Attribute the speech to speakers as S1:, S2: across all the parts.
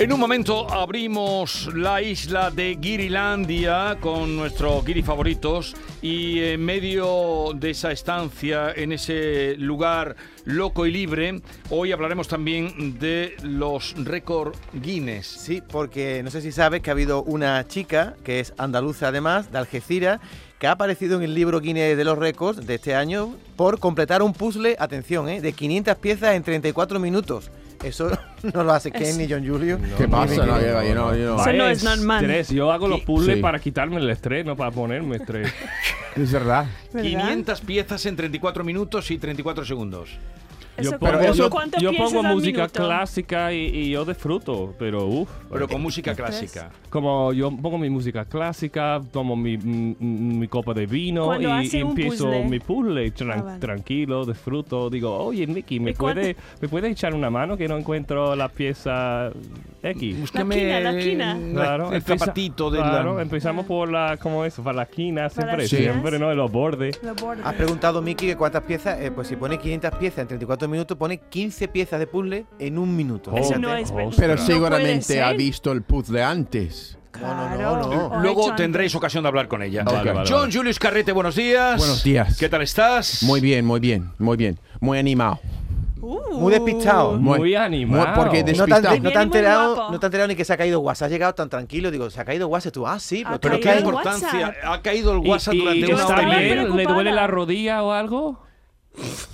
S1: En un momento abrimos la isla de Girilandia con nuestros guiri favoritos y en medio de esa estancia, en ese lugar loco y libre, hoy hablaremos también de los récord Guinness.
S2: Sí, porque no sé si sabes que ha habido una chica, que es andaluza además, de Algeciras, que ha aparecido en el libro Guinness de los récords de este año por completar un puzzle, atención, ¿eh? de 500 piezas en 34 minutos. Eso no lo hace Ken ni John Julio.
S3: ¿Qué
S2: ni
S3: pasa?
S2: Mickey.
S3: No, yo, yo no, yo no.
S4: Eso no es
S5: Estrés.
S4: normal.
S5: Yo hago los puzzles
S3: Sí.
S5: para quitarme el estrés, no para ponerme estrés.
S3: Es verdad.
S4: ¿verdad?
S1: 500 piezas en 34 minutos y 34 segundos.
S4: Eso
S5: Yo
S4: cuando-
S5: pongo, yo-
S4: ¿cuántas
S5: yo
S4: piezas
S5: pongo
S4: al
S5: música
S4: minuto?
S5: clásica y, y yo disfruto, pero uff.
S1: Pero con música clásica.
S5: Como yo pongo mi música clásica, tomo mi, mm, mm, mi copa de vino
S4: Cuando
S5: y,
S4: hace un
S5: empiezo
S4: puzzle.
S5: mi puzzle tran-
S4: Ah, vale.
S5: tranquilo, disfruto. Digo, oye, Nicky, ¿me
S4: ¿Y cuánto-
S5: puede, ¿me puede echar una mano que no encuentro la pieza X?
S1: Búscame
S4: quina, la quina.
S1: la- Mm,
S5: Claro,
S1: el
S5: empieza-
S1: zapatito de
S5: claro,
S1: la-
S5: empezamos por la, ¿cómo es? Para la esquina,
S4: Para
S5: siempre,
S4: las
S3: esquinas.
S5: siempre, ¿no? En los bordes.
S4: Los bordes.
S2: Has preguntado, Miki, que cuántas piezas. eh, pues si pone 500 piezas en 34 minutos, pone 15 piezas de puzzle en un minuto.
S5: Oh,
S4: Eso
S2: Fíjate.
S4: no es verdad.
S5: ostras.
S3: Pero
S4: No
S3: seguramente
S4: puede
S3: ha
S4: ser.
S3: visto el puzzle antes.
S2: No, no, no,
S4: Claro.
S2: no.
S4: O hecho
S1: Luego
S4: antes.
S1: tendréis ocasión de hablar con ella.
S3: Vale, vale,
S1: John
S5: vale.
S1: Julius Carrete, buenos días.
S3: Buenos días.
S1: ¿Qué tal estás?
S3: Muy bien, muy bien, muy bien. Muy animado.
S4: Uh.
S2: Muy despistado.
S3: Muy,
S5: Muy animado.
S3: muy- porque
S2: No te, han,
S3: despistado.
S2: no, te
S4: Viene
S2: han
S4: muy
S2: enterado,
S4: guapo.
S2: no te han enterado ni que se ha caído WhatsApp. Has llegado tan tranquilo. Digo, se ha caído WhatsApp. Tú, ah, sí,
S4: Ha
S1: Pero
S2: pero
S4: caído
S1: qué
S2: ¿qué?
S4: el WhatsApp.
S1: importancia. Ha caído el
S5: ¿Y-
S1: WhatsApp
S5: y
S1: durante
S4: yo
S1: una
S5: está
S1: hora y
S4: estaba
S1: media.
S5: bien? ¿Le duele
S4: preocupada.
S5: la rodilla o algo?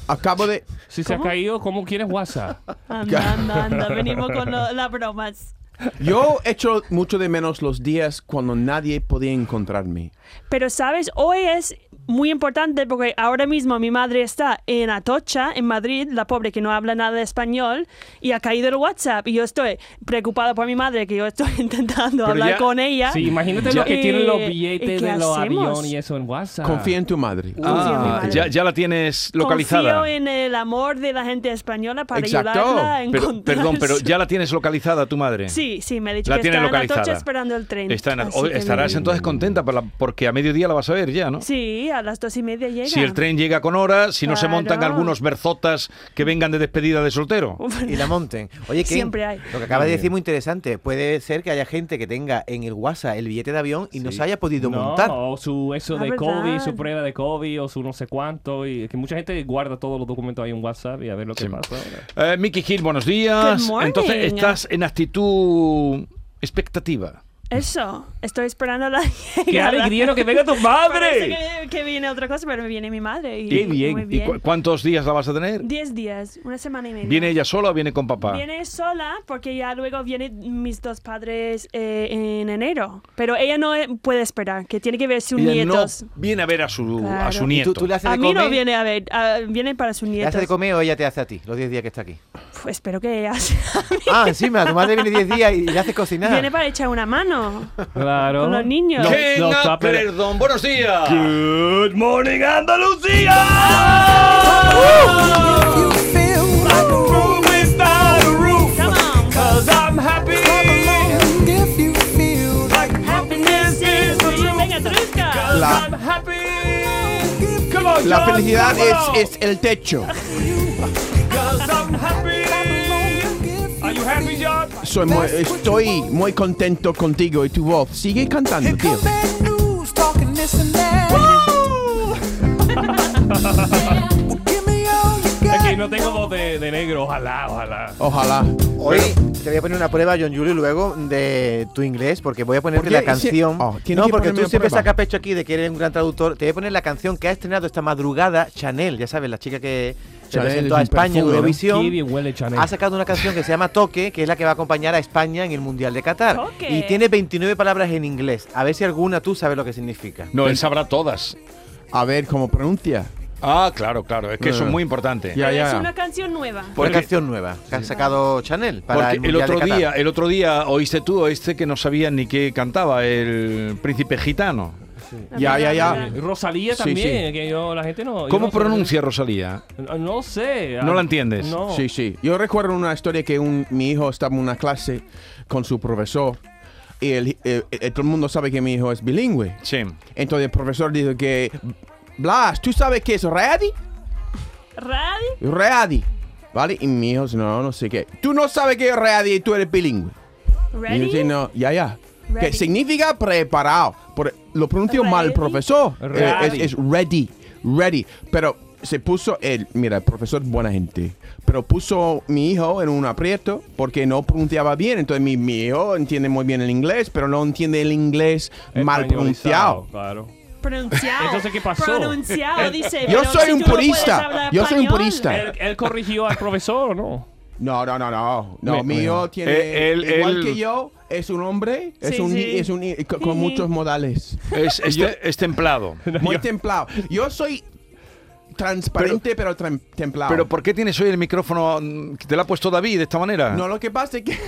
S3: Acabo de.
S5: Si se ha caído, ¿cómo quieres WhatsApp?
S4: Anda, anda, anda. Venimos con lo- las bromas.
S3: Yo echo mucho de menos los días cuando nadie podía encontrarme.
S4: Pero, ¿sabes? Hoy es muy importante porque ahora mismo mi madre está en Atocha, en Madrid, la pobre que no habla nada de español, y ha caído el WhatsApp. Y yo estoy preocupada por mi madre, que yo estoy intentando
S1: Pero
S4: hablar
S1: ya-
S4: con ella.
S5: Sí, imagínate lo
S4: Ya.
S5: que tienen los
S4: ¿Y- y
S5: billetes
S4: qué
S5: de los
S4: hacemos?
S5: aviones y eso en WhatsApp.
S3: Confía en tu madre.
S4: Confío en mi
S1: Ah,
S4: madre.
S1: ya, ya la tienes localizada.
S4: Confío en el amor de la gente española para
S3: Exacto.
S4: ayudarla a
S1: Pero-
S4: encontrar
S1: perdón, pero
S4: su-
S1: ya la tienes localizada tu madre.
S4: Sí, sí, me ha dicho
S1: La
S4: que
S1: tiene
S4: está en
S1: localizada.
S4: Atocha esperando el tren.
S1: Está en- oh,
S4: así
S1: o-
S4: que
S1: estarás
S4: bien.
S1: entonces contenta por la- porque a mediodía la vas a ver ya, ¿no?
S4: Sí, a las dos y media llega.
S1: Si el tren llega con horas, si no se montan
S4: Claro.
S1: algunos berzotas que vengan de despedida de soltero.
S2: y la monten. Oye, Ken,
S4: Siempre hay.
S2: lo que acabas de decir muy interesante. Puede ser que haya gente que tenga en el WhatsApp el billete de avión y no se haya podido
S5: no,
S2: montar.
S5: o su eso
S4: Ah,
S5: de
S4: ¿verdad?
S5: COVID, su prueba de COVID, o su no sé cuánto. Y que mucha gente guarda todos los documentos ahí en WhatsApp y a ver lo que pasa. ahora.
S1: Eh, Mickey Hill, buenos días.
S4: Good morning.
S1: Entonces estás en actitud expectativa.
S4: Eso, estoy esperando la
S5: ¡Qué
S4: llegada.
S5: alegría no que venga tu
S4: Parece
S5: madre!
S4: que, que viene otra cosa, pero me viene mi madre. Y,
S1: Y-
S4: Muy
S1: ¿Y cu-
S4: bien.
S1: cuántos días la vas a tener?
S4: Diez días, una semana y media.
S1: ¿Viene ella sola o viene con papá?
S4: Viene sola porque ya luego vienen mis dos padres eh, en enero. Pero ella no eh, puede esperar, que tiene que ver sus
S1: Ella no
S4: nietos.
S1: viene a ver a su, a
S4: Claro.
S1: su
S2: Y
S1: nieto.
S2: tú, tú le haces
S4: A
S2: de
S4: mí
S2: comer.
S4: no viene a ver, a- viene para sus
S2: ¿Le haces
S4: nietos.
S2: de comer o ella te hace a ti los 10 días que está aquí?
S4: Uf, espero que ella sea-
S2: Ah, encima, tu madre viene 10 días y le haces cocinar.
S4: viene para echar una mano.
S5: Claro.
S4: Con los niños.
S5: Los-
S1: ¡Ken
S5: los tuppers-
S1: Appleton, buenos días.
S5: Good morning, Andalucía. Room is not a roof,
S4: Come on.
S5: 'cause I'm happy. Like happiness is the roof,
S4: Venga, Trusca.
S5: 'cause
S3: La-
S5: I'm happy. Come on,
S3: La
S5: John,
S3: felicidad
S5: come on,
S3: es, es el techo.
S5: 'cause I'm happy. Are you happy, John?
S3: Soy muy- estoy muy contento contigo y tu voz. Sigue cantando, tío.
S5: Es que no tengo voz de, de negro, ojalá, ojalá.
S3: Ojalá.
S2: Hoy te voy a poner una prueba, John Julio, luego de tu inglés, porque voy a ponerte
S3: ¿Por qué?
S2: la canción.
S3: Sí. Oh, tiene
S2: no,
S3: que
S2: porque
S3: ponerme
S2: tú
S3: una
S2: siempre
S3: prueba.
S2: sacas pecho aquí de que eres un gran traductor. Te voy a poner la canción que ha estrenado esta madrugada Chanel, ya sabes, la chica que se
S3: Chanel
S2: presentó a
S3: es un
S2: España en
S3: perfume, ¿no?
S2: Eurovisión.
S5: Qué bien huele Chanel.
S2: Ha sacado una canción que se llama Toque, que es la que va a acompañar a España en el Mundial de Qatar.
S4: Toque.
S2: Y tiene 29 palabras en inglés. A ver si alguna tú sabes lo que significa.
S1: No, él sabrá todas.
S3: a ver cómo pronuncia.
S1: Ah, claro, claro. Es que eso es muy importante.
S3: Ya,
S4: Pero
S3: ya. Pues,
S4: Es una canción nueva.
S2: Una
S1: Porque-
S2: canción nueva que ha sacado Chanel para
S1: Porque
S2: el,
S1: el,
S2: Mundial de
S1: otro
S2: Qatar.
S1: día, el otro día oíste tú este que no sabía ni qué cantaba, el príncipe gitano.
S3: Ya, ya, ya.
S4: Mira,
S5: Eh, Rosalía
S3: Sí,
S5: también,
S3: sí.
S5: que yo, la gente no... yo
S1: Ah, ¿Cómo
S5: no sé-
S1: pronuncia Rosalía?
S5: No sé. ah,
S1: ¿No la entiendes?
S5: No.
S3: Sí, sí. Yo recuerdo una historia que un- mi hijo estaba en una clase con su profesor y el- eh, eh, todo el mundo sabe que mi hijo es bilingüe.
S1: Sí.
S3: Entonces el profesor dijo que, Blas, ¿tú sabes qué es ready?
S4: Radio.
S3: Ready. ¿Vale? Y mi hijo dice, no, no sé qué. Tú no sabes qué es ready y tú eres bilingüe. Y yo
S4: Ready.
S3: dije, no, ya, ya. Que
S4: Ready.
S3: significa preparado. Por- lo pronunció mal,
S4: Ready.
S3: profesor. Eh,
S5: Ready.
S3: es, es ready, ready. Pero se puso el, mira, el profesor buena gente. Pero puso mi hijo en un aprieto porque no pronunciaba bien. Entonces mi, mi hijo entiende muy bien el inglés, pero no entiende el inglés mal
S5: Españolizado,
S3: pronunciado.
S5: Claro.
S4: Pronunciado.
S5: Entonces, ¿qué pasó? Eh,
S4: Pronunciado, dice.
S3: Yo
S4: pero
S3: soy
S4: si
S3: un
S4: tú no
S3: purista.
S4: puedes hablar
S3: Yo soy
S1: Ah.
S3: un
S4: español. eh,
S3: purista.
S5: ¿Él, él corrigió al profesor o no?
S3: No, no, no, no. No,
S5: Me-
S3: mi
S5: me-
S3: hijo tiene.
S1: Eh, él-
S3: igual
S1: él-
S3: que yo, es un hombre, es
S4: Sí,
S3: un,
S4: sí.
S3: es un con, con
S4: Sí, sí.
S3: muchos modales.
S1: Es, es, te- es templado.
S3: Muy templado. Yo soy transparente, pero, tran-
S2: Ah.
S3: templado.
S1: Pero ¿por qué tienes hoy el micrófono mm, que te lo ha puesto David de esta manera?
S3: No, lo que pasa es que.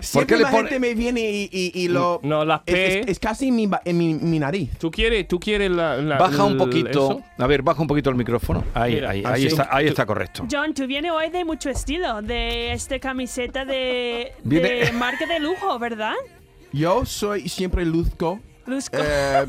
S3: Siempre
S1: le
S3: la
S1: pone-
S3: gente me viene y, y- y lo.
S5: No, la
S3: es-
S5: P.
S3: Es, es casi en mi, ba- en mi, mi nariz.
S5: ¿Tú quieres, tú quieres la, la-
S1: Baja un
S5: el-
S1: poquito.
S5: eso?
S1: A ver, baja un poquito el micrófono. Ahí,
S5: Mira,
S1: ahí,
S5: así.
S1: ahí está, ahí está correcto.
S4: John, tú vienes hoy de mucho estilo, de esta camiseta de,
S1: Viene-
S4: de marca de lujo, ¿verdad?
S3: Yo soy siempre luzco.
S4: Luzco.
S3: eh,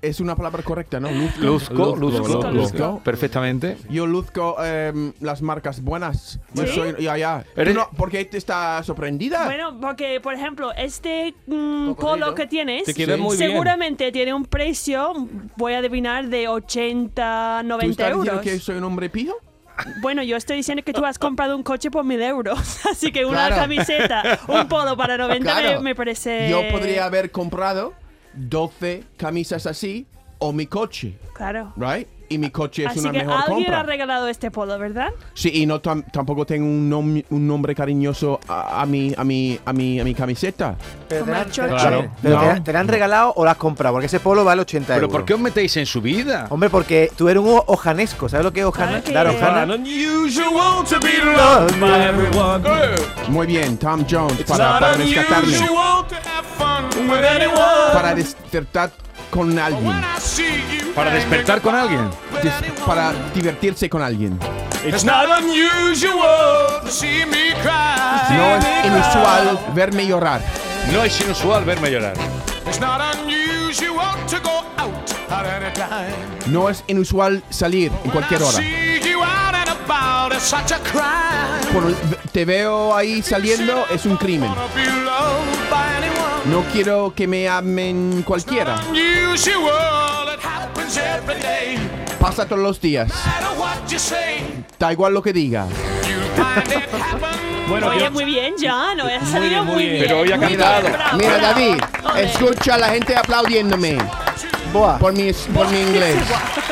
S3: es una palabra correcta, ¿no? Luzco.
S1: Luzco,
S5: Luzco,
S1: luzco,
S4: luzco.
S1: luzco. Perfectamente.
S3: Yo luzco eh, las marcas buenas. Yo
S4: ¿Sí?
S3: soy. Ya, ya. Tú
S1: Eres-
S3: No, ¿Por qué te estás sorprendida?
S4: Bueno, porque, por ejemplo, este mm,
S3: Cocodrilo.
S4: polo que tienes
S5: Te queda
S3: Sí.
S5: muy bien.
S4: seguramente tiene un precio, voy a adivinar, de 80,
S3: ¿Tú
S4: 90
S3: estás
S4: euros.
S3: diciendo que soy un hombre pijo?
S4: Bueno, yo estoy diciendo que tú has comprado un coche por mil euros, así que una
S3: Claro.
S4: camiseta, un polo para 90 me-
S3: Claro.
S4: me, parece...
S3: Yo podría haber comprado 12 camisas así o mi coche,
S4: Claro.
S3: ¿right? Y mi coche es
S4: Así
S3: una
S4: que
S3: mejor
S4: alguien ha
S3: compra.
S4: regalado este polo, ¿verdad?
S3: Sí, y no tam- tampoco tengo un, nom- un nombre cariñoso a, a mi a mi a mi a mi camiseta.
S2: Pero te la-
S4: Tomar
S2: te la-
S4: chocho.
S5: Claro.
S2: pero te la-
S3: No.
S2: te la han regalado o la has comprado, porque ese polo vale 80
S1: Pero
S2: euros.
S1: ¿por qué os metéis en su vida?
S2: Hombre, porque tú eres un ho- ojanesco, ¿sabes lo que es ojana?
S4: Ah, que-
S2: Dar
S5: Ah,
S2: ojana.
S5: no, unusual to be loved by everyone.
S3: Muy bien, Tom Jones para, para rescatarme, para despertar con alguien,
S1: ¿Para despertar con alguien?
S3: des- para divertirse con alguien.
S1: Pues
S3: No es inusual verme llorar.
S1: No es inusual verme llorar.
S3: No es inusual salir en cualquier hora. Por- te veo ahí saliendo, es un crimen. No quiero que me amen cualquiera. Pasa todos los días. Da igual lo que diga.
S5: Bueno,
S4: Oye,
S5: yo-
S4: muy bien, John. Hoy ha
S5: Muy
S4: salido
S5: bien, muy
S4: muy bien.
S5: bien. Pero
S1: hoy ha
S4: muy bien,
S1: cantado.
S4: bravo,
S3: Mira,
S4: bravo.
S3: David,
S4: Ole.
S3: escucha a la gente aplaudiéndome
S2: Boa,
S3: por mi, por mi inglés.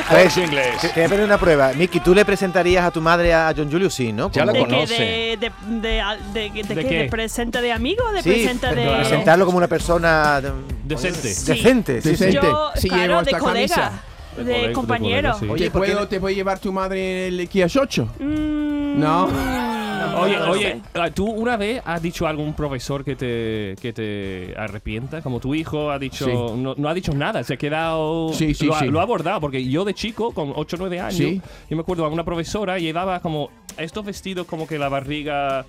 S2: a ver, te
S1: inglés.
S2: te voy a poner una prueba. Miki, ¿tú le presentarías a tu madre a John Julius? Sí, ¿no?
S1: Ya la
S4: ¿De
S2: Como-
S4: qué?
S1: conoce.
S4: ¿De, de, de- de- de
S5: ¿De
S4: qué?
S5: qué?
S4: ¿De presenta de amigo? ¿De
S2: Sí,
S4: presenta de...?
S2: pre- presentarlo como una persona de-
S5: Decente.
S2: decente. sí, sí.
S3: Decente.
S4: Yo,
S3: Sí, llevo
S4: claro, de
S3: esta
S4: colega.
S3: camisa.
S4: De,
S5: colega, de
S4: compañero.
S5: colega, sí.
S2: Oye,
S3: ¿Te
S2: ¿por qué
S3: puedo,
S2: no-
S3: te puedo llevar tu madre en el Kia 8?
S4: Mm,
S3: No.
S5: Oye,
S4: no lo
S5: oye,
S4: sé.
S5: ah, ¿tú una vez has dicho a algún profesor que te, que te arrepienta? Como tu hijo ha dicho,
S3: Sí.
S5: no, no ha dicho nada, se ha quedado...
S3: Sí, sí,
S5: lo, ha-
S3: sí.
S5: lo ha abordado, porque yo de chico, con 8 o 9 años,
S3: Sí.
S5: yo me acuerdo a una profesora llevaba como estos vestidos como que la barriga...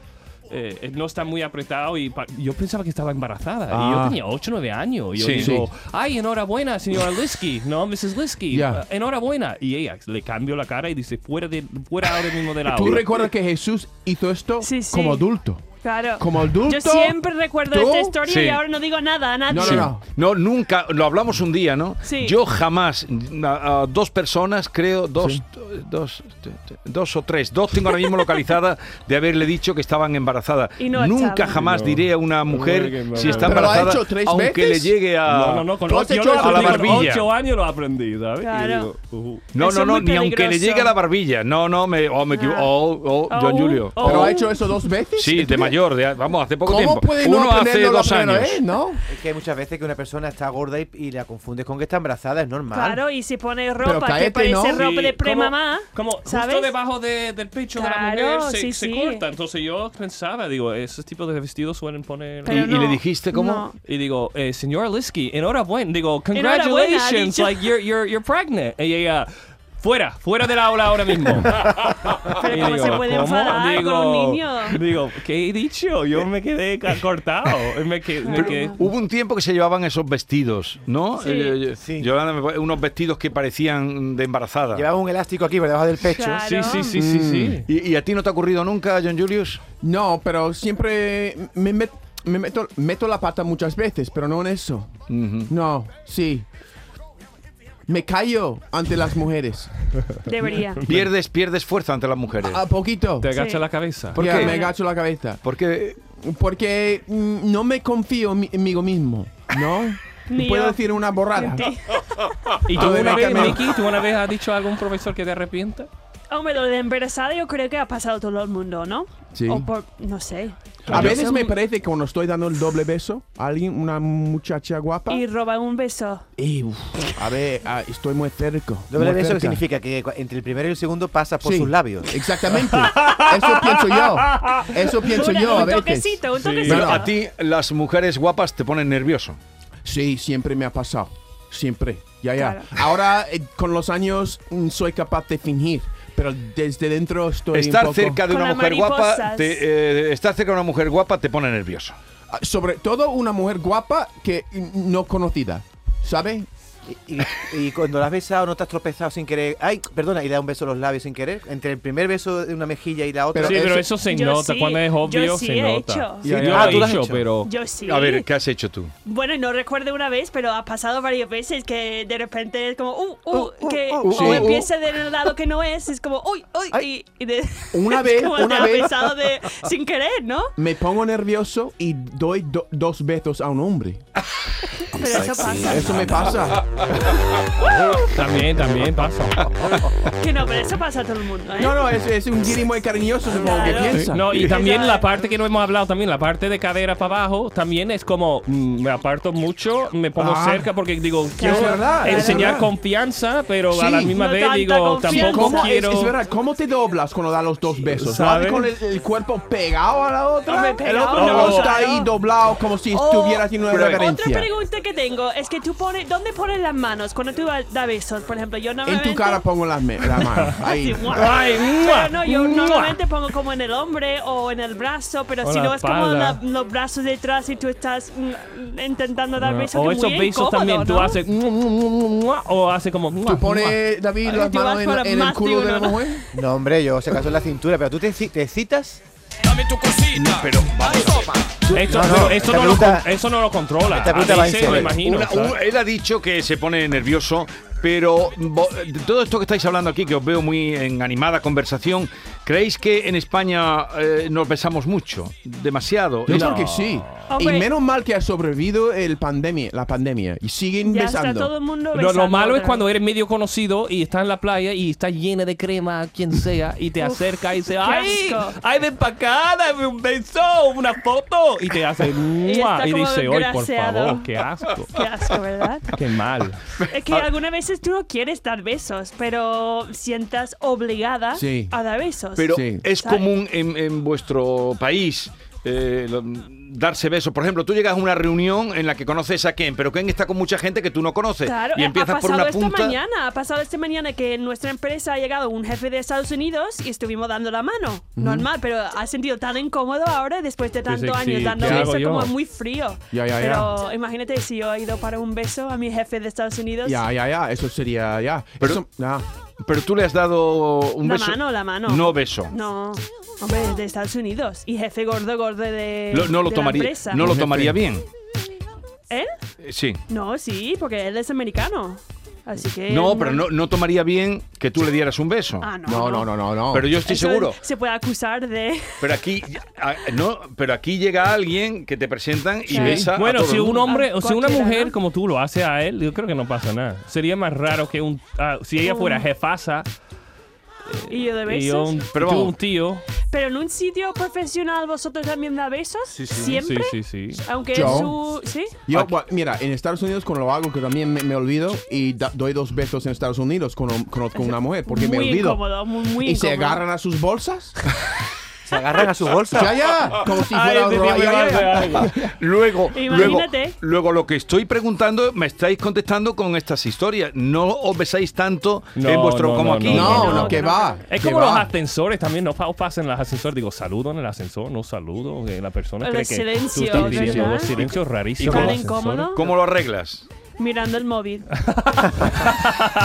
S5: eh, eh, no está muy apretado y pa- yo pensaba que estaba embarazada y yo
S3: Ah.
S5: tenía 8 o 9 años y yo
S1: Sí.
S5: digo ay enhorabuena señora Liskey no Mrs. Liskey
S3: Ya.
S5: eh, enhorabuena y ella le cambio la cara y dice fuera de fuera ahora mismo del
S3: ¿Tú
S5: aula
S3: recuerdas que Jesús hizo esto
S4: Sí, sí.
S3: como adulto?
S4: Claro.
S3: Como adulto.
S4: Yo siempre recuerdo
S3: ¿Tú?
S4: esta historia
S1: Sí.
S4: y ahora no digo nada a nadie.
S3: No, no, no.
S1: No, nunca, lo hablamos un día, ¿no?
S4: Sí.
S1: Yo jamás, a, a dos personas, creo, dos, dos, dos o tres, dos tengo ahora mismo localizada de haberle dicho que estaban embarazadas.
S4: Y no el
S1: Nunca
S4: chaval.
S1: jamás
S5: No.
S1: diré a una mujer
S5: Uy, qué
S1: si está
S3: ¿Pero lo ha
S1: embarazada,
S3: hecho tres
S1: aunque
S3: veces?
S1: le llegue a...
S5: No, no, no, con
S3: Lo has
S5: ocho, yo
S3: hecho
S5: lo
S1: a la
S5: aprendí, con
S1: barbilla.
S5: ocho años lo aprendí, ¿sabes? Y
S4: Claro.
S5: digo, ujú.
S1: No,
S4: Eso
S1: no,
S4: es
S1: no,
S4: muy
S1: ni aunque le
S4: peligroso.
S1: llegue a la barbilla. No, no, me, oh, me equivo-
S4: Ah.
S1: Oh, oh,
S4: Oh,
S1: John Julio.
S4: oh.
S3: ¿Pero
S1: Oh.
S3: ha hecho eso dos veces?
S1: Sí, de mayor, de- vamos, hace poco
S3: ¿Cómo
S1: tiempo.
S3: puede no eh?
S1: Uno hace
S3: aprenderlo la
S1: dos
S3: primera
S1: años.
S3: vez, no?
S2: Es que hay muchas veces que una persona está gorda y, y la confundes con que está embarazada, es normal.
S4: Claro, y si pone ropa
S3: cállate,
S4: que parece
S3: ¿no?
S4: ropa
S5: Sí,
S4: de premamá,
S5: Como, como
S4: ¿sabes?
S5: justo debajo de- del pecho de la
S4: Claro,
S5: mujer se,
S4: sí,
S5: se
S4: sí.
S5: corta. Entonces yo pensaba, digo, esos tipos de vestidos suelen poner...
S4: Pero
S1: ¿Y- y le
S4: no,
S1: dijiste cómo?
S4: no.
S5: Y digo, eh, señora Linsky, enhorabuena. Digo,
S4: Enhorabuena, ha
S5: congratulations,
S4: dicho.
S5: like you're, you're, you're pregnant. Y ella, fuera, fuera del aula ahora mismo.
S4: Pero
S5: Y
S4: ¿cómo se puede enfadar con un niño?
S5: Digo, ¿qué he dicho? Yo me quedé ca- cortado. Me que- me
S1: Pero
S5: quedé-
S1: hubo un tiempo que se llevaban esos vestidos, ¿no?
S4: Sí.
S1: Eh,
S2: Sí.
S1: Yolanda, me pone- unos vestidos que parecían de embarazada.
S2: Llevaba un elástico aquí por debajo del pecho.
S4: Claro.
S5: Sí, sí, sí, sí, sí.
S1: ¿Y, y a ti no te ha ocurrido nunca, John Julius?
S3: No, pero siempre me, met- me meto, meto la pata muchas veces, pero no en eso. No, sí. Me callo ante las mujeres.
S4: Debería.
S1: Pierdes, pierdes fuerza ante las mujeres.
S3: A poquito.
S5: Te agacha
S4: Sí.
S5: la cabeza.
S1: ¿Por
S3: Ya,
S1: qué?
S3: me agacho la cabeza.
S1: Porque
S3: Porque mm, no me confío en mí mismo, ¿no?
S4: Ni
S3: Puedo
S4: yo.
S3: decir una borrada.
S5: ¿Y tú
S3: A ver,
S5: una vez,
S3: Carmen.
S5: Nicky, tú una vez has dicho a algún profesor que te arrepienta?
S4: Hombre, lo de embarazada yo creo que ha pasado todo el mundo, ¿no?
S3: Sí.
S4: O por, no sé.
S3: A
S5: Yo
S3: veces
S5: soy-
S3: me parece que cuando estoy dando el doble beso a alguien, una muchacha guapa,
S4: Y roba un beso.
S3: y, uf, a ver, ah, estoy muy cerca.
S2: Doble beso
S3: muy
S2: que
S3: cerca.
S2: significa que cua- entre el primero y el segundo pasa por
S3: Sí,
S2: sus labios.
S3: Exactamente. Eso pienso yo. Eso pienso
S4: Una-
S3: yo a
S4: un
S3: veces.
S4: toquecito, un toquecito.
S1: pero
S3: Bueno,
S1: a ti las mujeres guapas te ponen nervioso.
S3: Sí, siempre me ha pasado. Siempre. Ya, ya.
S4: Claro.
S3: Ahora, eh, con los años, mm, soy capaz de fingir. Pero desde dentro estoy. un
S1: Estar
S3: poco-
S1: cerca de
S4: Con
S1: una
S4: las
S1: mujer guapa
S4: mariposas.
S1: te, eh, estar cerca de una mujer guapa te pone nervioso.
S3: Ah, Sobre todo una mujer guapa que mm, no conocida. ¿Sabe?
S2: Y, y- y cuando la has besado, no te has tropezado sin querer. Ay, perdona, y le da un beso a los labios sin querer. Entre el primer beso de una mejilla y la otra.
S3: Pero
S5: sí,
S3: eso-
S5: pero eso se
S4: Yo
S5: nota.
S4: sí,
S5: Cuando es
S4: yo
S5: obvio,
S4: sí
S5: se
S4: he
S5: nota.
S4: hecho.
S5: Ya,
S2: Sí,
S5: yo
S2: ah,
S5: lo he
S2: tú lo has
S5: hecho,
S2: hecho.
S5: pero.
S4: Yo sí.
S1: A ver, ¿qué has hecho tú?
S4: Bueno, no recuerdo una vez, pero ha pasado varias veces que de repente es como, uh, uh,
S2: Uh, uh,
S4: que
S2: uh,
S4: o
S3: sí. uh.
S4: empieza del lado que no es, es como, uy, uy,
S2: Ay.
S4: y, y de,
S3: Una
S4: es
S3: vez,
S4: como
S3: una
S4: de
S3: vez.
S4: besado de, sin querer, ¿no?
S3: Me pongo nervioso y doy do- dos besos a un hombre.
S4: Pero eso
S1: Ah,
S4: pasa.
S3: Eso me pasa.
S5: También, también pasa.
S4: Que no, pero eso pasa a todo el mundo, ¿eh?
S3: No, no, es, es un guiri muy cariñoso, supongo que
S4: Claro.
S3: piensa.
S5: No, y también
S4: Esa-
S5: la parte que no hemos hablado, también la parte de cadera para abajo, también es como mm, me aparto mucho, me pongo
S3: Ah.
S5: cerca porque digo, quiero
S3: verdad, es
S5: enseñar
S3: verdad.
S5: confianza, pero a la
S3: Sí.
S5: misma
S4: No
S5: vez
S4: tanta
S5: digo,
S4: confianza.
S5: tampoco
S3: ¿Cómo, es-
S5: quiero.
S3: es, verdad, ¿cómo te doblas cuando da los dos besos? ¿Lo haces
S5: ¿Sabes?
S3: con el, el cuerpo pegado a la otra?
S4: Hombre,
S3: el
S4: pegado,
S3: otro
S5: no,
S3: está
S4: claro.
S3: ahí doblado como si
S4: Oh,
S3: estuviera haciendo una
S1: pero-
S4: Otra
S3: reverencia.
S4: pregunta que tengo es que tú pones, ¿dónde pones las manos cuando tú vas- das besos? Por ejemplo, yo
S3: En
S4: normalmente...
S3: tu cara pongo las me- la mano.
S4: Así,
S3: Ahí.
S4: ¡guau!
S5: Ay, ¡mua!
S4: Pero no, yo
S5: ¡mua!
S4: normalmente pongo como en el hombre o en el brazo, pero
S5: O
S4: si
S5: la
S4: no es como
S5: espalda.
S4: la- los brazos detrás y tú estás mm, intentando dar besos.
S5: o
S4: que
S5: esos
S4: muy
S5: besos
S4: incómodo,
S5: también, tú
S4: ¿no?
S5: haces mua, mua, mua, mua, mua, o hace como mua,
S3: Tú
S5: mua.
S3: pones, David,
S4: Ay,
S3: las
S4: te
S3: manos
S4: vas
S3: en,
S4: para
S3: en el
S4: más,
S3: culo
S4: tío,
S3: de la
S4: no, no.
S3: mujer.
S2: No, hombre, yo se acaso en la cintura, pero tú te, ci- te citas.
S1: Pero vamos a ver.
S5: Esto,
S2: No, no,
S5: pero esto
S2: esta
S5: no lo
S2: pregunta-
S5: con- eso no lo controla.
S2: esta
S5: A
S2: pregunta va en
S5: veces lo
S2: serio.
S5: imagino.
S1: Una-
S5: ¿sabes?
S1: un- él ha dicho que se pone nervioso, pero vo- de todo esto que estáis hablando aquí, que os veo muy en animada conversación, ¿creéis que en España eh, nos besamos mucho? ¿Demasiado?
S3: Yo
S1: Es-
S3: creo que sí.
S4: Hombre.
S3: Y menos mal que ha sobrevivido el pandemia, la pandemia. Y siguen
S4: Ya está todo
S3: besando.
S4: el mundo
S5: Lo,
S4: besando.
S5: lo malo es
S4: otra
S5: cuando
S4: vez.
S5: eres medio conocido y estás en la playa y está llena de crema, quien sea, y te acerca y dice, ¡ay!
S4: asco".
S5: ¡Ay, ven para acá! ¡Dame un beso! ¡Una foto! Y te hace ¡mua!
S4: está
S5: Y,
S4: como
S5: dice, ¡ay, por
S4: desgraciado".
S5: favor! ¡Qué asco!
S4: Qué asco, ¿verdad?
S5: ¡Qué mal!
S4: Es que algunas veces tú no quieres dar besos, pero sientas obligada
S3: Sí.
S4: a dar besos.
S1: Pero
S3: Sí.
S1: es
S4: ¿Sabes?
S1: común en, en vuestro país. eh, lo- darse besos. Por ejemplo, tú llegas a una reunión en la que conoces a Ken, pero Ken está con mucha gente que tú no conoces.
S4: Claro,
S1: y
S4: eh,
S1: empiezas
S4: ha
S1: por
S4: pasado
S1: una
S4: esta
S1: punta.
S4: mañana, ha pasado esta mañana que en nuestra empresa ha llegado un jefe de Estados Unidos y estuvimos dando la mano. Normal, pero ha sentido tan incómodo ahora después de
S5: Dice,
S4: tantos años
S5: sí,
S4: dando
S5: ¿qué hago
S4: besos
S5: yo?
S4: como muy frío.
S3: Ya, ya, ya.
S4: pero imagínate si yo he ido para un beso a mi jefe de Estados Unidos.
S3: Ya, ya, ya. Eso sería ya.
S1: Pero-
S3: Eso- ah.
S1: Pero tú le has dado un
S4: La
S1: beso.
S4: mano, la mano.
S1: No beso.
S4: No, hombre, es de Estados Unidos y jefe gordo, gordo de.
S1: Lo- no lo
S4: de La
S1: tomaría,
S4: empresa.
S1: no lo
S3: Jefe.
S1: tomaría bien.
S4: ¿Él?
S1: Eh, Sí.
S4: No, sí, porque él es americano. Así que...
S1: No, pero no, no tomaría bien que tú le dieras un beso.
S4: Eh, Ah, no.
S3: No, no, no, no, no.
S1: Pero yo estoy
S4: Eso
S1: seguro.
S4: Se puede acusar de...
S1: Pero aquí, ah, no, pero aquí llega alguien que te presentan y
S4: Sí.
S1: besa. a
S5: Bueno,
S1: todo
S5: si
S1: el
S5: un
S1: mundo.
S5: hombre o si una
S4: Cualquiera,
S5: mujer
S4: ¿no?
S5: como tú lo hace a él, yo creo que no pasa nada. Sería más raro que un. ah, si ella fuera jefasa
S4: Y yo de
S5: y
S4: besos.
S5: yo un,
S1: Pero
S5: tú
S1: vamos.
S5: un tío.
S4: Pero en un sitio profesional vosotros también da besos. Siempre.
S5: Sí, sí, sí.
S4: Aunque
S3: Yo.
S4: es su... ¿Sí?
S3: Yo, bueno, mira, en Estados Unidos cuando lo hago, que también me, me olvido y da- doy dos besos en Estados Unidos cuando conozco una mujer, porque
S4: muy
S3: me olvido.
S4: incómodo, muy, muy
S3: y se
S4: incómodo.
S3: agarran a sus bolsas.
S2: Se agarran a su bolsa.
S3: ya, ya. Como si fuera
S5: Ay,
S3: otro-
S5: este tío
S3: ya,
S5: me
S3: ya, ya.
S5: hace algo.
S1: Luego, luego,
S4: Imagínate.
S1: luego lo que estoy preguntando me estáis contestando con estas historias. No os besáis tanto
S5: No,
S1: en vuestro
S5: no,
S1: como
S5: no,
S1: aquí.
S3: No,
S4: Que
S3: no,
S4: no,
S3: que
S4: que no,
S3: va.
S5: Es
S3: que
S5: como los
S3: va.
S5: ascensores también, no pa- pasan los ascensores, digo, saludo en el ascensor, no saludo, que la persona
S4: El
S5: cree
S4: silencio,
S5: que tú estás diciendo,
S4: ¿verdad?
S5: el silencio rarísimo.
S1: ¿Y cómo-
S5: en los
S4: incómodo?
S5: ascensores.
S1: ¿Cómo lo arreglas?
S4: Mirando el móvil.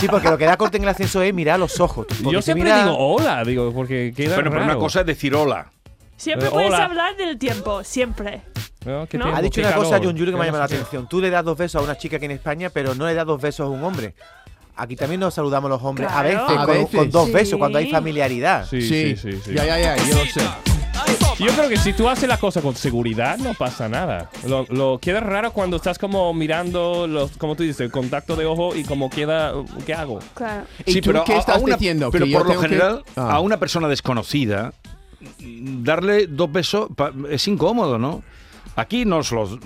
S2: Sí, porque lo que da corte en el ascenso es mirar los ojos. tú, porque
S5: Yo
S2: si
S5: siempre
S2: mira-
S5: digo hola, digo, porque queda
S1: Bueno, pero una
S5: raro.
S1: cosa es decir hola.
S4: Siempre
S5: Eh,
S4: puedes
S5: hola.
S4: hablar del tiempo, siempre.
S5: No, ¿qué
S4: Ha
S5: tiempo?
S2: Ha dicho
S5: ¿Qué
S2: una cosa a
S5: calor?
S2: John Julio que me ha
S5: ¿Qué
S2: llamado la
S5: no sé qué?
S2: atención. Tú le das dos besos a una chica aquí en España, pero no le das dos besos a un hombre. Aquí también nos saludamos los hombres a
S4: Claro.
S2: veces,
S3: A
S2: con,
S3: veces.
S2: con dos
S4: Sí.
S2: besos, cuando hay familiaridad.
S5: Sí, sí,
S3: Sí,
S5: sí, sí.
S3: Ya, ya, ya. Yo lo sé.
S5: Yo creo que si tú haces la cosa con seguridad, no pasa nada. Lo, lo queda raro cuando estás como mirando, los, como tú dices, el contacto de ojo y como queda, ¿qué hago?
S4: Claro.
S3: ¿Y tú qué
S1: a- a
S3: estás
S1: una-
S3: diciendo?
S1: Pero
S3: ¿Que yo
S1: por lo
S3: tengo que-
S1: general,
S3: Ah.
S1: a una persona desconocida, mm, darle dos besos pa- es incómodo, ¿no? Aquí nos los.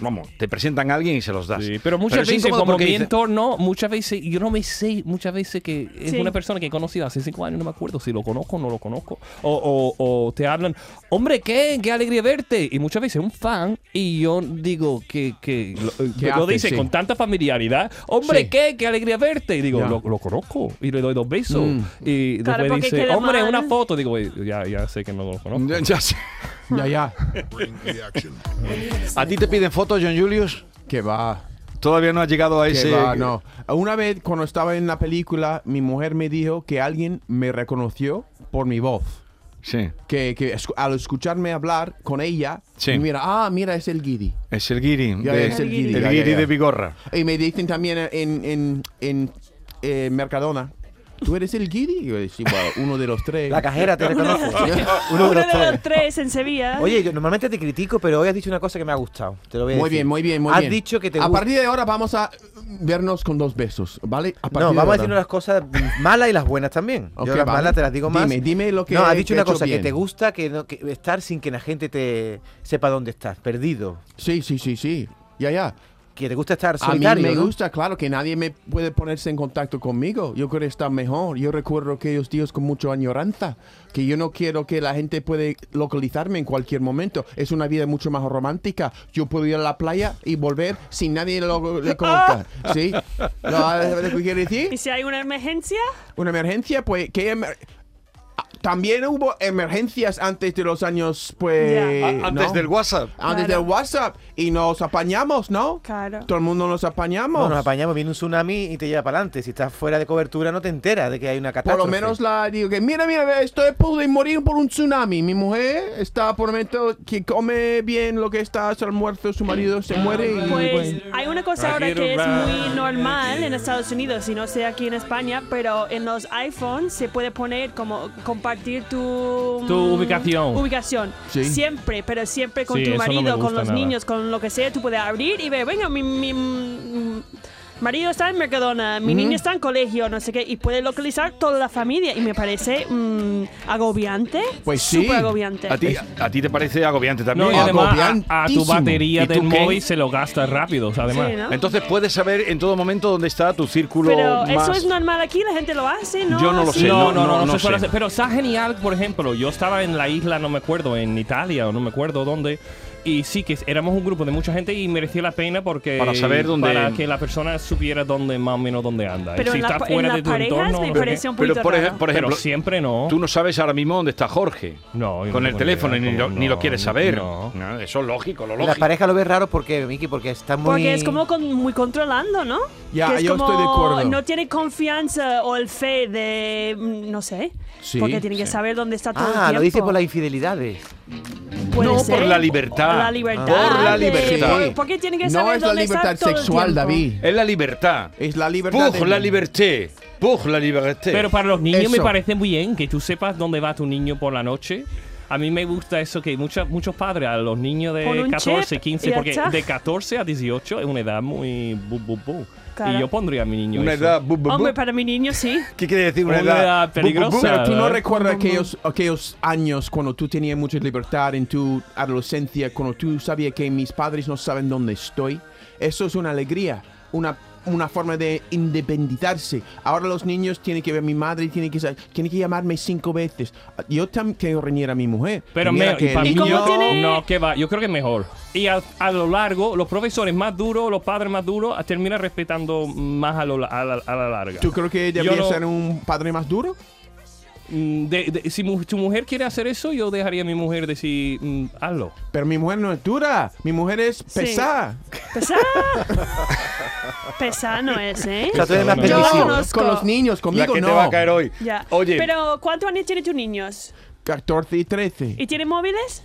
S1: Vamos, te presentan a alguien y se los das.
S5: Sí, pero muchas
S1: es
S5: veces,
S1: incómodo
S5: como
S1: porque
S5: mi
S1: dice-
S5: entorno, muchas veces, yo no me sé, muchas veces que es
S4: Sí.
S5: una persona que he conocido hace cinco años, no me acuerdo si lo conozco o no lo conozco, o, o- o te hablan, hombre, qué, qué alegría verte, y muchas veces un fan, y yo digo que, que lo, eh,
S3: ¿Qué
S5: lo
S3: haces?
S5: dice
S3: Sí.
S5: con tanta familiaridad, hombre,
S3: Sí.
S5: qué, qué alegría verte, y digo,
S3: Ya.
S5: lo, lo conozco, y le doy dos besos,
S3: Mm.
S5: y
S4: Claro,
S5: después
S4: porque
S5: dice,
S4: queda
S5: hombre,
S4: mal.
S5: una foto, digo, ya, ya sé que no lo
S3: Mm.
S5: conozco.
S1: Ya- ya sé.
S3: Ya, ya.
S1: ¿A ti te piden fotos, John Julius?
S3: Que va.
S1: Todavía no has llegado a
S3: Que
S1: ese.
S3: va, no. Una vez cuando estaba en la película, mi mujer me dijo que alguien me reconoció por mi voz.
S1: Sí.
S3: Que, que escu- al escucharme hablar con ella,
S1: Sí.
S3: mira, ah, mira, es el Guidi.
S1: Es el guiri.
S3: Ya,
S1: de-
S3: es el guiri,
S1: el
S3: ya,
S1: guiri
S3: ya, ya.
S1: de Bigorra.
S3: Y me dicen también en, en, en, eh, Mercadona, ¿tú eres el Guidi? Y yo decía, "Bueno, uno de los tres.
S2: La cajera te reconoce.
S4: Uno
S2: Uno de los tres.
S4: los tres en Sevilla.
S2: Oye, yo normalmente te critico, pero hoy has dicho una cosa que me ha gustado. Te lo voy a
S3: Muy
S2: decir.
S3: bien, muy bien, muy
S2: has
S3: bien.
S2: Has dicho que te
S3: A
S2: gusta.
S3: partir de ahora vamos a vernos con dos besos, ¿vale? A partir
S2: No,
S3: de
S2: vamos a
S3: ahora.
S2: decir las cosas malas y las buenas también.
S3: Ok,
S2: yo las
S3: vale.
S2: malas te las digo más.
S3: Dime, dime lo que
S2: No, has
S3: he
S2: dicho una
S3: hecho
S2: cosa
S3: bien.
S2: que te gusta, que, no- que estar sin que la gente te sepa dónde estás, perdido.
S3: Sí, sí, sí, sí. Ya, ya.
S2: Que te gusta estar
S3: A mí
S2: solitario.
S3: me
S2: ¿no?
S3: gusta, claro, que nadie me puede ponerse en contacto conmigo. Yo quiero estar mejor. Yo recuerdo aquellos días con mucha añoranza, que yo no quiero que la gente puede localizarme en cualquier momento. Es una vida mucho más romántica. Yo puedo ir a la playa y volver sin nadie lo lo conozca. ¿Sí? ¿No sabes lo que quiero
S4: ¿Y
S3: decir?
S4: si hay una emergencia?
S3: Una emergencia, pues, que... emer- Ah, También hubo emergencias antes de los años, pues...
S4: Ya.
S1: A- Antes
S3: ¿no?
S1: del WhatsApp.
S3: Antes
S4: Claro.
S3: del WhatsApp. Y nos apañamos, ¿no?
S4: Claro.
S3: Todo el mundo nos apañamos.
S2: No, nos apañamos, viene un tsunami y te lleva para adelante. Si estás fuera de cobertura, no te enteras de que hay una
S3: Por
S2: catástrofe.
S3: lo menos la digo que, mira, mira, ve, estoy pude morir por un tsunami. Mi mujer está por el momento que come bien lo que está a su almuerzo, su marido se muere y
S4: Ah, Pues
S3: bueno.
S4: hay una cosa ahora que es muy normal en Estados Unidos y no sé aquí en España, pero en los iPhones se puede poner como compartir tu,
S5: Tu
S4: mm,
S5: ubicación.
S4: Ubicación.
S3: Sí.
S4: Siempre, pero siempre con
S5: Sí,
S4: tu
S5: eso no me
S4: marido, con
S5: gusta
S4: los
S5: nada.
S4: niños, con lo que sea, tú puedes abrir y ver, venga, mi, mi, mm, marido está en Mercadona, mi niño está en colegio, no sé qué, y puede localizar toda la familia y me parece mm, agobiante.
S3: Pues sí.
S4: Súper agobiante.
S1: ¿A ti, a ti te parece agobiante también.
S5: No, y
S3: Bien.
S5: además a, a tu
S3: Agobiantísimo.
S5: batería
S1: ¿Y tú
S5: del
S1: qué?
S5: móvil se lo gasta rápido, además.
S4: Sí, ¿no?
S1: Entonces puedes saber en todo momento dónde está tu círculo
S4: Pero
S1: más.
S4: eso es normal aquí, la gente lo hace, ¿no?
S1: Yo no lo
S4: Sí.
S1: sé,
S5: No, no, no, no,
S1: no
S5: se suele
S1: sé.
S5: hacer. Pero está genial, por ejemplo, yo estaba en la isla, no me acuerdo, en Italia o no me acuerdo dónde. Y sí, que éramos un grupo de mucha gente y merecía la pena porque.
S1: Para saber dónde-
S5: Para que la persona supiera dónde, más o menos dónde anda. Y
S4: Pero
S5: si
S4: en, la-
S5: está
S4: en
S5: fuera
S4: las
S5: de tu
S4: parejas
S5: entorno. no
S4: me
S5: sé qué.
S4: parece un poquito
S1: Pero por, ej-
S4: raro.
S1: por ejemplo,
S5: Pero siempre no.
S1: tú no sabes ahora mismo dónde está Jorge.
S5: No, yo no
S1: Con el
S5: tengo
S1: teléfono,
S5: idea
S1: ni, lo,
S5: cómo-
S1: ni lo
S5: no,
S1: quieres saber.
S5: no.
S1: No, eso es lógico, lo
S2: Las
S1: lógico.
S2: parejas lo ves raro porque, Miki, porque está muy.
S4: Porque es como con- muy controlando, ¿no?
S3: Ya,
S4: Que es
S3: yo
S4: como
S3: estoy de acuerdo.
S4: No tiene confianza o el fe de. mm, No sé.
S3: Sí,
S4: porque tiene que saber dónde está todo el
S2: Ah,
S4: tiempo.
S2: lo dice por las infidelidades.
S4: Puede
S1: No,
S4: ser.
S1: por la libertad.
S4: La libertad.
S1: Por la
S4: de-
S1: libertad.
S4: ¿por- ¿Por qué tiene que saber
S3: no es la
S4: dónde estar
S3: libertad
S4: todo el
S3: sexual,
S4: tiempo?
S3: David.
S1: Es la libertad.
S3: Es la libertad.
S1: Puj
S3: de-
S1: la liberté. Puj la liberté.
S5: Pero para los niños me
S3: Eso.
S5: parece muy bien que tú sepas dónde va tu niño por la noche. A mí me gusta eso que mucha- muchos padres, a los niños
S4: Con
S5: de
S4: un
S5: 14,
S4: chip
S5: 15,
S4: y ya
S5: porque
S4: está.
S5: de 14 a 18 es una edad muy... bu, bu, bu.
S4: Cara.
S5: Y yo pondría a mi niño
S1: una
S5: eso.
S1: edad. bu- bu- bu-
S4: Hombre, para mi niño sí.
S1: ¿Qué quiere decir una
S5: Una
S1: edad?
S5: edad peligrosa.
S3: Pero tú no
S5: ¿verdad?
S3: recuerdas aquellos, aquellos años cuando tú tenías mucha libertad en tu adolescencia, cuando tú sabías que mis padres no saben dónde estoy. Eso es una alegría, una, una forma de independizarse. Ahora los niños tienen que ver, mi madre tiene que, sa- tiene que llamarme cinco veces. Yo también tengo que reñir a mi mujer.
S5: Pero
S3: Mira
S5: me,
S3: que
S5: y
S3: el
S5: para
S4: ¿Y
S5: mí
S4: cómo
S5: yo-
S4: tiene-
S5: no, que va, yo creo que es mejor. Y a, a lo largo, los profesores más duros, los padres más duros, terminan respetando más a, lo la- a la, a la larga.
S3: ¿Tú crees que
S5: Yo
S3: debería
S5: no-
S3: ser un padre más duro?
S5: Mm, de- de- si mu- tu mujer quiere hacer eso, yo dejaría a mi mujer decir, mm, hazlo.
S3: Pero mi mujer no es dura, mi mujer es pesada.
S4: Pesá. Pesá no es, ¿eh?
S2: O sea, tú eres más
S5: Yo
S3: Yo
S2: permisivo.
S4: conozco-
S3: con los niños,
S1: La
S3: conmigo
S1: que
S3: no.
S1: te va a caer hoy.
S4: Ya.
S1: Oye,
S4: Pero, ¿cuántos años tienen tus niños?
S3: 14 y 13.
S4: ¿Y tienen móviles?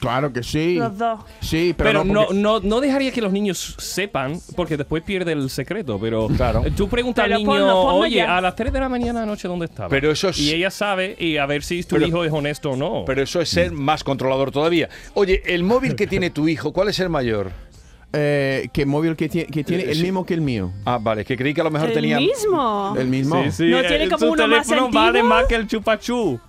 S3: Claro que sí.
S4: Los dos.
S3: Sí, pero,
S5: Pero, no,
S3: porque-
S5: no, no dejaría que los niños sepan, porque después pierde el secreto. Pero
S1: Claro.
S5: tú preguntas al
S4: Pero
S5: niño,
S4: ponlo, ponlo
S5: oye,
S4: ya".
S5: a las 3 de la mañana anoche, ¿dónde estaba?
S1: Pero eso es-
S5: Y ella sabe, y a ver si tu
S1: Pero-
S5: hijo es honesto o no.
S1: pero eso es ser más controlador todavía. Oye, el móvil que tiene tu hijo, ¿cuál es el mayor?
S3: eh, que móvil que tiene, que tiene
S1: Eh,
S3: el
S1: sí.
S3: mismo que el mío.
S1: Ah, vale, que creí que a lo mejor
S4: ¿El
S1: tenía.
S4: mismo?
S3: El mismo.
S4: ¿No tiene
S5: eh,
S4: como
S5: su
S4: uno más
S5: teléfono vale
S4: antiguo?
S5: más que el chupachú.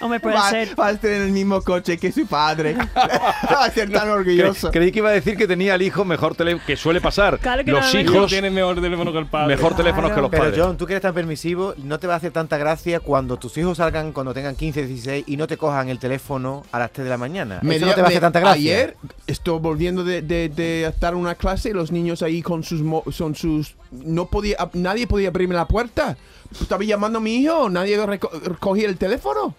S4: Hombre, puede
S3: Va,
S4: ser.
S3: va a estar en el mismo coche que su padre. va a ser tan orgulloso.
S1: Cre- creí que iba a decir que tenía el hijo mejor teléfono, que suele pasar.
S4: Claro que
S1: Los
S4: no, no,
S5: No
S1: hijos
S5: tiene mejor teléfono que el padre.
S1: mejor teléfonos que los
S2: Pero
S1: padres.
S2: John, tú que eres tan permisivo, no te va a hacer tanta gracia cuando tus hijos salgan cuando tengan 15, 16 y no te cojan el teléfono a las 3 de la mañana. Eso no
S3: dio-
S2: te va a
S3: me-
S2: hacer tanta gracia.
S3: Ayer estoy volviendo de, de, de estar en una clase y los niños ahí con sus mo- son sus no podía ab- nadie podía abrirme la puerta. Estaba llamando a mi hijo, nadie reco- recogía el teléfono.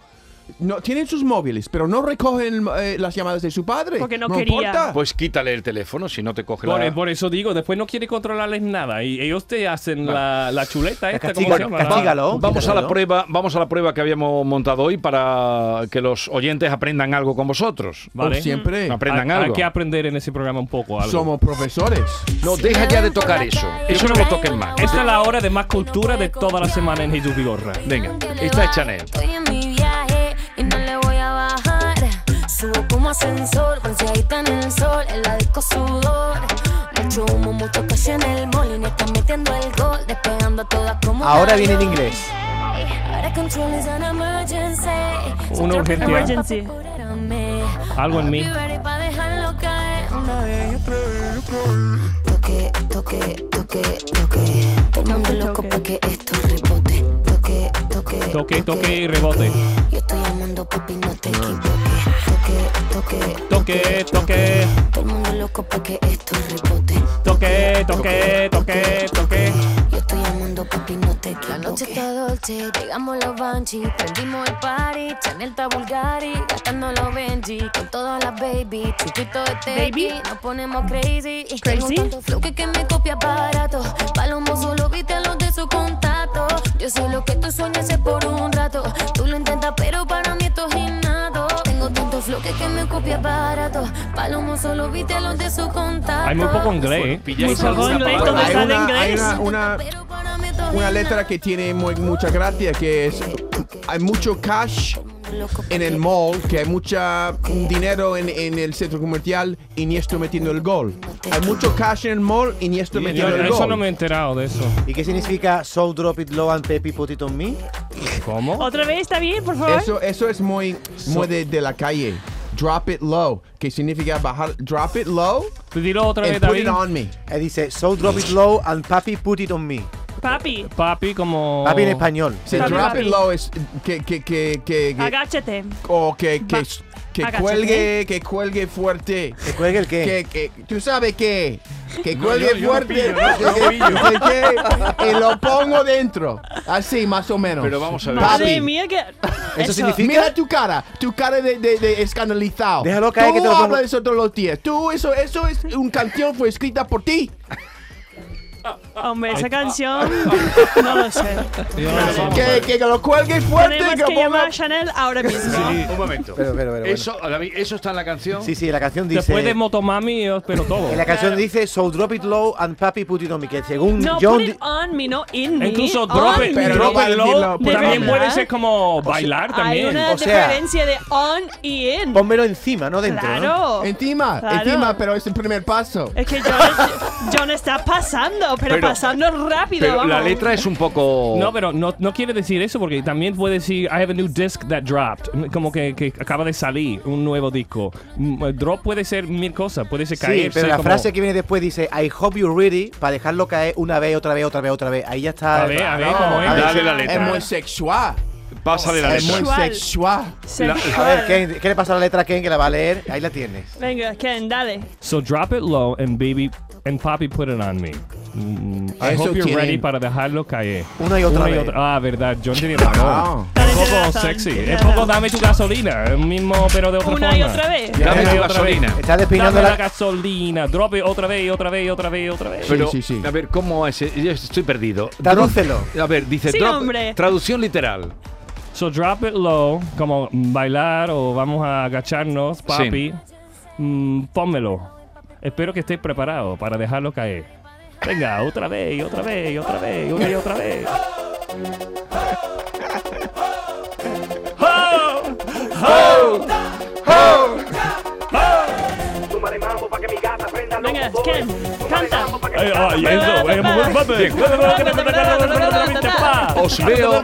S3: No tienen sus móviles, pero no recogen eh, las llamadas de su padre.
S4: Porque no quería.
S3: importa.
S1: Pues quítale el teléfono si no te coge
S5: Por, eh,
S1: la.
S5: por eso digo, después no quiere controlarles nada. Y ellos te hacen
S1: Ah.
S5: la, la chuleta esta, Este, ¿cómo
S2: castiga-
S5: se llama?
S2: Pues castígalo.
S1: Vamos a la
S2: quítamelo.
S1: prueba, vamos a la prueba que habíamos montado hoy para que los oyentes aprendan algo con vosotros.
S3: Como
S5: Vale.
S3: siempre
S1: Aprendan
S5: Hay-
S1: algo.
S5: Hay que aprender en ese programa un poco algo.
S3: somos profesores.
S1: No, deja ya de tocar eso. Eso no lo toquen más.
S5: Esta es la hora de más cultura de toda la semana en Jesús Vigorra.
S1: Venga, esta es Chanel.
S6: Estoy en mi viaje y no le voy a bajar. Subo como ascensor, bronceadita en el sol, en la disco sudor. Mucho humo, mucho cash en el mall y no está metiendo el gol, despegando a todas como
S2: Ahora
S6: una
S2: viene en
S6: ley.
S2: inglés.
S6: Ahora control is an emergency.
S5: Una urgencia.
S4: Emergency.
S5: Algo en mí.
S6: Be ready pa' dejarlo caer una vez y otra vez y otra vez. Toque, toque, toque, toque. Todo el mundo loco
S4: Toque.
S6: pa' que esto rebote. Toque, toque,
S5: Toque, toque y rebote.
S6: Yo estoy llamando papi, no te equivoques. Toque, toque,
S5: Toque, toque,
S6: Todo el mundo loco pa' que esto rebote.
S5: toque, toque, toque, toque.
S6: Yo estoy llamando papi, no te equivoques. La noche está dolce, llegamos los Banshee, prendimos el party, Chanel está Bulgari, gastando los Benji, con todas las baby, chiquito de
S4: Baby.
S6: baby, nos ponemos crazy. Y
S4: Crazy.
S6: tengo tanto flow que, que me copia barato, palomo solo viste a los de su contacto, yo soy lo que tú sueñas es por un rato, tú lo intentas pero para mí esto es innato, tengo tanto flow que, que me copia barato, palomo solo viste a los de su contacto.
S5: Hay muy poco inglés. ¿eh?
S1: Pilláis
S4: Muy poco
S1: esa
S4: inglés,
S1: palabra.
S3: Hay
S4: ¿dónde sale
S3: una- hay
S4: inglés?
S3: una- una
S6: Pero para mí esto es
S3: una
S6: innato.
S3: letra que tiene muy- mucha gracia, que es hay mucho cash en el mall, que hay mucho dinero en, en el centro comercial y ni estoy metiendo el gol. Hay mucho cash en el mall y ni estoy
S5: Yo-
S3: metiendo el
S5: eso no
S3: gol.
S5: me he enterado de eso.
S2: ¿Y qué significa So Drop It Low and Peppy Put It On Me?
S5: ¿Cómo?
S4: ¿Otra vez está bien, por favor?
S3: Eso, eso es muy, muy de, de la calle. Drop it low, que significa bajar. Drop it low
S5: Dilo otra vez,
S3: and put
S5: David.
S3: it on me.
S2: Eh, dice So Drop It Low and Papi Put It On Me.
S4: Papi,
S5: Papi, como.
S2: Papi en Ah, español.
S3: Sí,
S4: Papi,
S3: drop it
S4: papi.
S3: low es que que que que, que-
S4: agáchate.
S3: o que que,
S4: Va-
S3: que
S4: agáchate.
S3: cuelgue, que cuelgue fuerte.
S2: ¿Te cuelga el qué?
S3: que, que- tú sabes que que
S5: No,
S3: cuelgue
S5: yo- yo no
S3: fuerte
S5: pillo, no, yo no
S3: que- que- que- y lo pongo dentro así más o menos
S1: Pero vamos a ver.
S3: Papi.
S4: Madre mía, que.
S2: Eso significa-
S3: Mira tu cara, tu cara de, de, de escandalizado.
S2: Déjalo caer
S3: Tú
S2: que te lo pongo-
S3: hablas de eso todos los días. Tú, eso, eso es un canción fue escrita por ti.
S4: Hombre, esa canción, no lo sé.
S5: Yo no
S3: Que,
S5: sé.
S3: que lo cuelgue fuerte.
S4: Tenemos
S3: que
S4: que llamar
S3: ponga-
S4: a Chanel ahora mismo.
S1: Un momento.
S2: Pero, pero, pero,
S1: Eso, David, ¿Eso está en la canción?
S2: Sí, sí, la canción dice.
S5: Después de Motomami, yo espero todo.
S2: En la canción dice So drop it low and papi put it on me. Que según
S4: No,
S2: John.
S4: put it on me, no in me.
S5: E Incluso
S4: on
S5: drop it,
S4: me.
S3: pero
S5: drop
S3: no
S5: it
S3: puedes
S5: low,
S3: decirlo,
S4: put
S5: también
S4: on me.
S5: puede ser como bailar
S4: Hay
S5: también.
S4: una
S2: O sea-
S4: diferencia de on y in.
S2: Pónmelo encima, no dentro. ¿no?
S4: claro.
S3: Encima,
S4: Claro.
S3: encima, pero es el primer paso.
S4: Es que John, John está pasando, pero,
S1: Pero-
S4: pasando rápido.
S1: Pero
S4: vamos.
S1: la letra es un poco...
S5: No, pero no, no quiere decir eso porque también puede decir I have a new disc that dropped, como que, que acaba de salir un nuevo disco. Mm, Drop puede ser mil cosas, puede ser caer.
S2: Sí, pero la frase que viene después dice I hope you're ready para dejarlo caer una vez, otra vez, otra vez, otra vez. Ahí ya está.
S5: A ver, a ver
S3: No,
S5: cómo es.
S3: a ver,
S1: Dale la
S3: Es
S1: letra.
S3: muy sexual.
S1: Pasa de la
S3: Es
S1: letra.
S3: muy
S4: Sexual.
S3: sexual.
S4: Sensual.
S2: A ver, Ken, ¿qué le pasa a la letra a Ken que la va a leer? Ahí la tienes.
S4: Venga, Ken, dale.
S5: So drop it low and baby and papi put it on me. Mm, I
S3: Eso
S5: hope you're
S3: tienen-
S5: ready para dejarlo caer.
S2: Una y otra vez.
S5: Ah, verdad, John tenía razón.
S3: Ah.
S5: Es
S4: Tiene
S5: poco
S4: razón,
S5: sexy.
S4: tiene
S5: Es poco
S4: razón.
S5: dame tu gasolina. El mismo, pero de otra
S4: Una
S5: forma.
S4: y otra vez.
S1: Dame tu
S5: Dame otra vez.
S1: gasolina.
S2: Está despeinando
S5: Dame la
S2: la.
S5: gasolina. Drop it otra vez, otra vez, otra vez, otra vez.
S1: Pero,
S3: sí, sí.
S1: a ver, ¿cómo es? Yo estoy perdido.
S2: Tradúcelo.
S1: A ver, dice...
S4: Sí,
S1: drop-
S4: hombre.
S1: Traducción literal.
S5: So drop it low, como bailar o vamos a agacharnos, papi. Mm, pónmelo. Espero que estés preparado para dejarlo caer. Venga, otra vez, otra vez, otra vez, una y otra vez.
S4: Venga, Ken, canta.
S5: Eh, ah, y eso, eh,
S1: Os veo-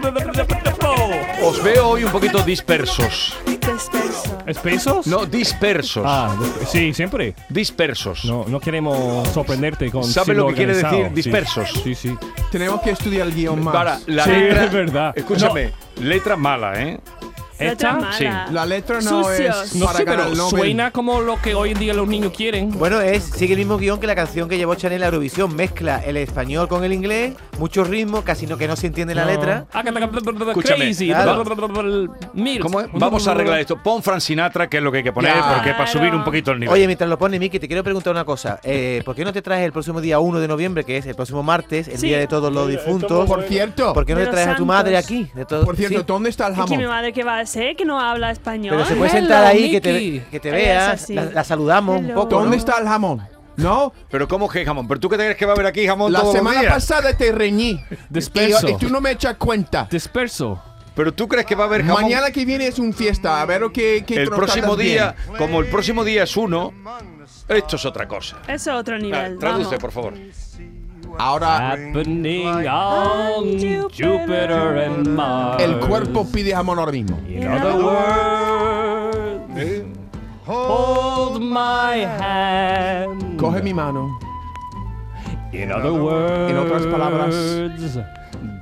S1: Os veo hoy un poquito dispersos.
S4: Despeso.
S5: ¿Espesos?
S1: No, dispersos.
S5: Ah, sí, siempre.
S1: Dispersos.
S5: No, no queremos sorprenderte con.
S1: ¿Sabe lo que quiere
S5: organizado.
S1: decir
S5: Sí.
S1: dispersos?
S5: Sí, sí.
S3: Tenemos que estudiar el guión más.
S1: Para, la
S5: Sí,
S1: letra...
S5: es verdad.
S1: Escúchame, letra mala, ¿eh?
S5: ¿Esta?
S1: Sí.
S3: La letra no
S4: Sucios.
S3: es
S5: No
S3: para
S5: sé,
S3: ganar
S5: pero
S3: el Nobel.
S5: suena como lo que hoy en día los niños quieren.
S2: Bueno, es, sigue el mismo guión que la canción que llevó Chanel a Eurovisión. Mezcla el español con el inglés, mucho ritmo, casi no que no se entiende la letra.
S1: Escúchame,
S5: Crazy.
S2: claro.
S5: Milk.
S1: ¿Cómo es? Vamos a arreglar esto. Pon Frank Sinatra, que es lo que hay que poner,
S3: Claro.
S1: porque para subir un poquito el nivel.
S2: Oye, mientras lo pone Miki, te quiero preguntar una cosa. Eh, ¿Por qué no te traes el próximo día 1 de noviembre, que es el próximo martes, el
S4: Sí.
S2: día de todos los difuntos?
S3: Por cierto, Ah,
S2: ¿Por qué no
S4: De
S2: te
S4: los
S2: traes a tu
S4: santos.
S2: madre aquí? De todo-
S3: por cierto,
S2: sí.
S3: ¿dónde está el
S4: ¿Y que mi
S3: jamón?
S4: madre qué va a hacer? Que no habla español.
S2: Pero se puede
S5: Hello,
S2: sentar ahí, que te,
S5: Miki.
S2: que te
S4: Eso
S2: veas,
S4: sí.
S2: la, la saludamos
S4: Hello.
S2: un poco.
S3: ¿Dónde
S2: ¿no?
S3: está el jamón? No,
S1: Pero ¿cómo que jamón? ¿Pero tú qué te crees que va a haber aquí jamón
S3: la
S1: todos los
S3: semana
S1: días?
S3: pasada te reñí.
S5: Disperso.
S3: Y, y tú no me echas cuenta.
S5: Disperso.
S1: ¿Pero tú crees que va a haber jamón?
S3: Mañana que viene es un fiesta. A ver o qué, qué
S1: el
S3: trotadas
S1: próximo
S3: viene.
S1: día, como el próximo día es uno, esto es otra cosa.
S4: Eso es otro
S1: Ah,
S4: nivel.
S1: Traduce,
S4: vamos.
S1: por favor.
S3: Ahora
S5: Happening on Jupiter and Mars.
S3: el cuerpo pide jamón ahora mismo.
S5: In other words, hold my hand.
S3: Coge mi mano.
S5: In other words,
S3: En otras palabras.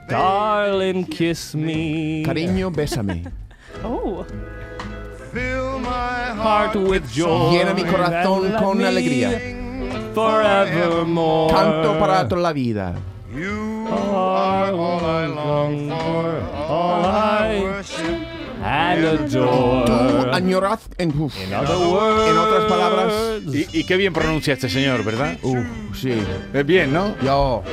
S5: darling, kiss me.
S3: Cariño, bésame.
S4: Oh.
S5: heart with joy.
S3: Llena mi corazón
S5: and love
S3: con
S5: me
S3: alegría.
S5: Forevermore.
S3: Canto para toda la vida.
S5: Are all I long for, all I and
S3: Tú
S5: adore.
S3: añoraz en... uf.
S5: In other words,
S3: En otras palabras,
S1: Y, y qué bien pronuncia este señor, ¿verdad?
S3: uh, sí,
S1: Es bien, ¿no?
S3: yo.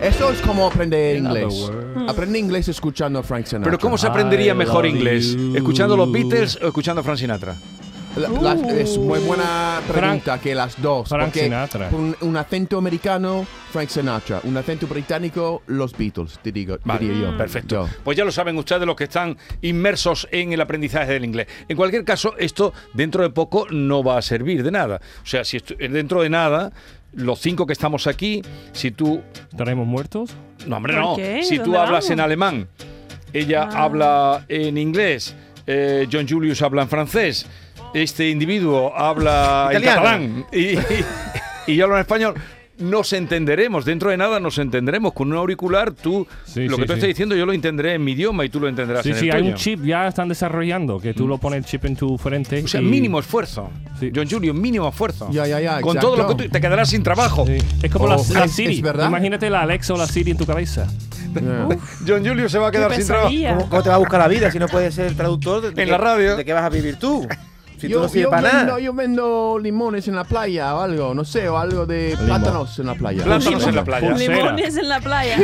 S3: Eso es como aprender inglés.
S5: words.
S3: Aprende inglés escuchando a Frank Sinatra.
S1: Pero ¿cómo se aprendería
S5: I
S1: mejor
S5: love
S1: inglés?
S5: you.
S1: ¿Escuchando los Beatles o escuchando a Frank Sinatra?
S3: La- la- es
S1: Uh.
S3: muy buena pregunta que las dos.
S5: Frank
S3: porque
S5: Sinatra.
S3: Un, un acento americano, Frank Sinatra. Un acento británico, los Beatles, te digo,
S1: Vale,
S3: diría yo.
S1: perfecto.
S3: Mm. Yo.
S1: Pues ya lo saben ustedes los que están inmersos en el aprendizaje del inglés. En cualquier caso, esto dentro de poco no va a servir de nada. O sea, si estu- dentro de nada, los cinco que estamos aquí, si tú
S5: ¿Estaremos muertos?
S1: No, hombre,
S4: ¿Por
S1: no.
S4: qué?
S1: Si tú
S4: ¿Dónde
S1: hablas
S4: vamos? Ah.
S1: en alemán, ella habla en inglés, eh, John Julius habla en francés, este individuo habla en
S2: Italiano.
S1: catalán y, y- y yo hablo en español. Nos entenderemos, dentro de nada nos entenderemos. Con un auricular, tú,
S5: Sí,
S1: lo
S5: sí,
S1: que tú
S5: sí.
S1: estás diciendo, yo lo entenderé en mi idioma y tú lo entenderás
S5: Sí,
S1: en el
S5: sí, hay
S1: tuyo.
S5: un chip ya están desarrollando que tú lo pones el chip en tu frente.
S1: O sea,
S5: y-
S1: mínimo esfuerzo.
S5: Sí.
S1: John Julius, mínimo esfuerzo.
S3: Ya, ya, ya,
S1: Con todo lo que
S3: exacto.
S1: tú te quedarás sin trabajo.
S5: Sí. Es como la,
S3: Oh,
S5: la
S3: es-
S5: Siri.
S3: es verdad.
S5: Imagínate la Alexa o la Siri en tu cabeza.
S1: John Julius se va a
S4: Qué
S1: quedar sin trabajo.
S4: pesadilla.
S2: ¿Cómo, cómo te va a buscar la vida si no puedes ser el traductor? De,
S1: En la radio.
S2: ¿De qué vas a vivir tú? Si tú no sirves para
S3: vendo,
S2: nada.
S3: yo vendo limones en la playa o algo, no sé, o algo de
S5: Limón.
S3: plátanos en la playa.
S1: Plátanos en la playa.
S5: Pulsera.
S4: Limones en la playa.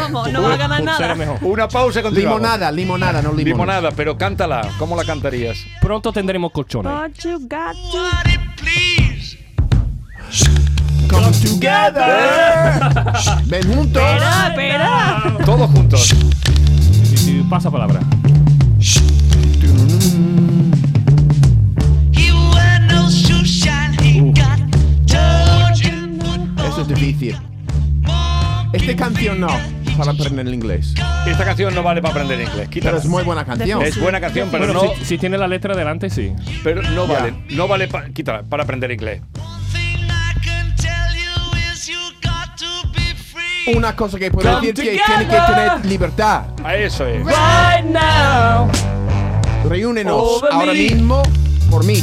S4: Vamos, no va a ganar
S5: Pulsera
S4: nada.
S5: mejor.
S1: Una pausa y continuamos.
S3: Limonada, limonada, no limones.
S1: Limonada, pero cántala. ¿Cómo la cantarías?
S5: Pronto tendremos colchones.
S4: But you got to-
S3: Come together. Ven juntos.
S4: Espera, espera.
S1: Todos juntos.
S5: Pasa palabra.
S3: Eso es difícil. Esta canción no, para aprender el inglés.
S1: Esta canción no vale para aprender inglés.
S3: Pero
S1: Quítala.
S3: es muy buena canción.
S1: Es buena canción, pero
S5: Bueno,
S1: no,
S5: si, si tiene la letra delante, sí.
S1: pero no
S3: Ya.
S1: vale. No vale pa- quítala, para aprender inglés.
S3: Una cosa que puedo
S4: Come
S3: decir que tiene
S4: together.
S3: que tener libertad.
S1: A eso es.
S4: Right now.
S3: Reúnenos
S4: Over
S3: ahora
S4: me.
S3: mismo por mí.